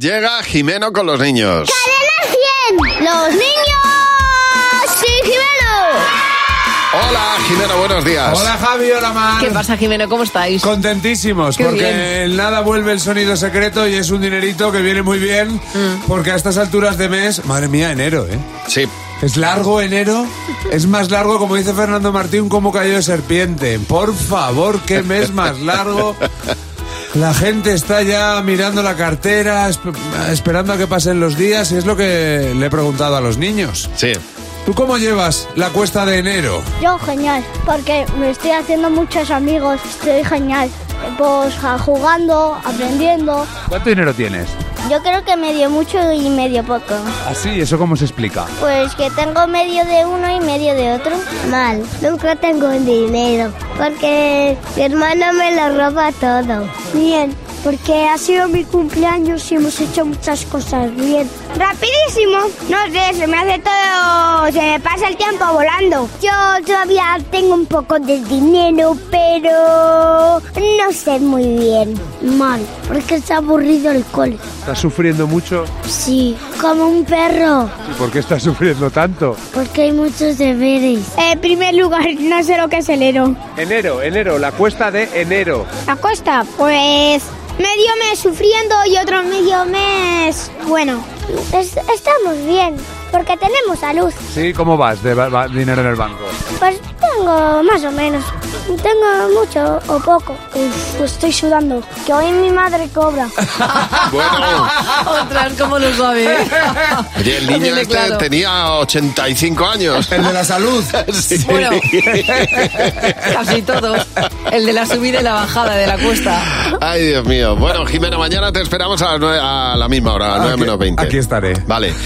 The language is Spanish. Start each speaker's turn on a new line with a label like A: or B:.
A: Llega Jimeno con los niños.
B: ¡Cadena 100! ¡Los niños! ¡Sí, Jimeno!
A: Hola, Jimeno, buenos días.
C: Hola Javi, hola Mar.
D: ¿Qué pasa, Jimeno? ¿Cómo estáis?
C: Contentísimos,
D: Qué
C: porque
D: bien.
C: en nada vuelve el sonido secreto y es un dinerito que viene muy bien,
D: Mm.
C: porque a estas alturas de mes, madre mía, enero, ¿eh?
A: Sí,
C: Es largo enero, es más largo, como dice Fernando Martín, como cayó de serpiente. Por favor, qué mes más largo. La gente está ya mirando la cartera, esp- esperando a que pasen los días, y es lo que le he preguntado a los niños.
A: sí.
C: ¿Tú cómo llevas la cuesta de enero?
B: Yo genial, porque me estoy haciendo muchos amigos, estoy genial. Pues ja- jugando, aprendiendo.
E: ¿Cuánto dinero tienes?
B: Yo creo que medio mucho y medio poco.
E: Así, ¿eso cómo se explica?
B: Pues que tengo medio de uno y medio de otro. Mal, nunca tengo dinero, porque mi hermano me lo roba todo. Bien, porque ha sido mi cumpleaños y hemos hecho muchas cosas bien. Rapidísimo, no sé, se me hace todo, se me pasa el tiempo volando. Yo todavía tengo un poco de dinero, pero no sé muy bien. Mal, porque está aburrido el cole.
E: ¿Estás sufriendo mucho?
B: Sí, como un perro.
E: ¿Y por qué estás sufriendo tanto?
B: Porque hay muchos deberes.
F: En primer lugar, no sé lo que es el Ero.
E: Enero, enero, la cuesta de enero.
F: La cuesta, pues medio mes sufriendo y otro medio mes bueno.
B: Es- estamos bien, porque tenemos a luz.
E: Sí, ¿cómo vas de ba- ba- dinero en el banco?
B: Pues tengo más o menos. Tengo mucho o poco. Uf, pues estoy sudando, que hoy mi madre cobra.
A: Bueno,
D: Otras, Ah, ¿cómo lo sabe?
A: oye, el niño
D: Dile
A: este
D: claro.
A: tenía 85 años.
C: El de la salud.
A: Sí.
D: Bueno, casi todos. El de la subida y la bajada de la cuesta.
A: Ay, Dios mío. Bueno, Jimeno, mañana te esperamos a, las nueve- a la misma hora, a las 9
C: Ah, Aquí-
A: menos 20.
C: aquí estaré.
A: Vale.